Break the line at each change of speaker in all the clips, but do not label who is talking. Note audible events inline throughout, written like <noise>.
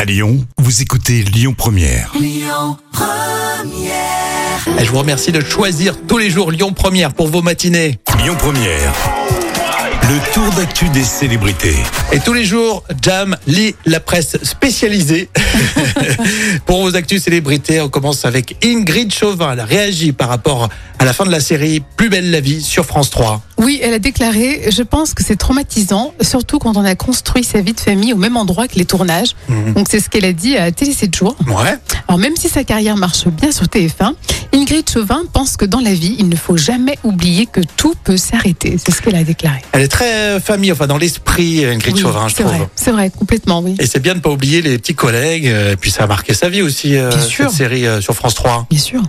À Lyon, vous écoutez Lyon Première.
Je vous remercie de choisir tous les jours Lyon Première pour vos matinées.
Lyon Première. Le tour d'actu des célébrités.
Et tous les jours, Jam lit la presse spécialisée. <laughs> pour vos actus célébrités, on commence avec Ingrid Chauvin. Elle a réagi par rapport à la fin de la série Plus belle la vie sur France 3.
Oui, elle a déclaré Je pense que c'est traumatisant, surtout quand on a construit sa vie de famille au même endroit que les tournages.
Mhm.
Donc, c'est ce qu'elle a dit à Télé 7 jours.
Ouais.
Alors, même si sa carrière marche bien sur TF1, Ingrid Chauvin pense que dans la vie, il ne faut jamais oublier que tout peut s'arrêter. C'est ce qu'elle a déclaré.
Elle est très euh, famille, enfin dans l'esprit, Ingrid
Oui,
Chauvin, je
c'est
trouve.
vrai, c'est vrai, complètement, oui.
Et c'est bien de ne pas oublier les petits collègues. euh, Et puis ça a marqué sa vie aussi, euh,
Bien
cette
sûr.
série euh, sur France 3.
Bien sûr.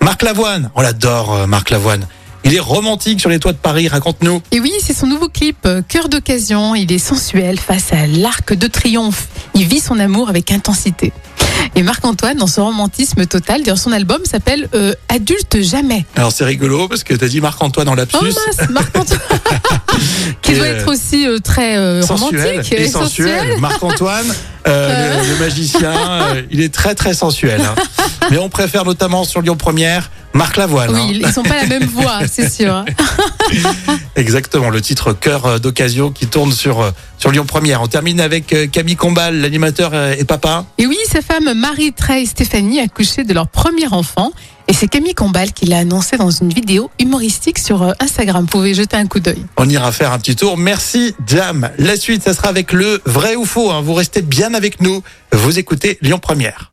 Marc Lavoine, on l'adore, euh, Marc Lavoine. Il est romantique sur les toits de Paris, raconte-nous.
Et oui, c'est son nouveau clip, euh, Cœur d'occasion. Il est sensuel face à l'arc de triomphe. Il vit son amour avec intensité. Et Marc-Antoine, dans son romantisme total, d'ailleurs son album s'appelle euh, Adulte jamais.
Alors c'est rigolo parce que t'as dit Marc-Antoine en lapsus.
Oh mince,
<laughs>
Marc-Antoine Qui
Et,
doit
euh,
être aussi euh, très euh,
sensuel
romantique
et sensuel. Marc-Antoine, euh, le, le magicien, euh, il est très très sensuel. hein. Mais on préfère notamment sur Lyon Première Marc Lavoine. hein.
Oui, ils sont pas la même
<laughs>
voix, c'est sûr. hein.
Exactement, le titre Cœur euh, d'occasion qui tourne sur euh, sur Lyon Première. On termine avec euh, Camille Combal, l'animateur euh, et papa.
Et oui, sa femme Marie-Trey Stéphanie a accouché de leur premier enfant. Et c'est Camille Combal qui l'a annoncé dans une vidéo humoristique sur euh, Instagram. Vous pouvez jeter un coup d'œil.
On ira faire un petit tour. Merci Jam. La suite, ça sera avec le vrai ou faux. hein. Vous restez bien avec nous. Vous écoutez Lyon Première.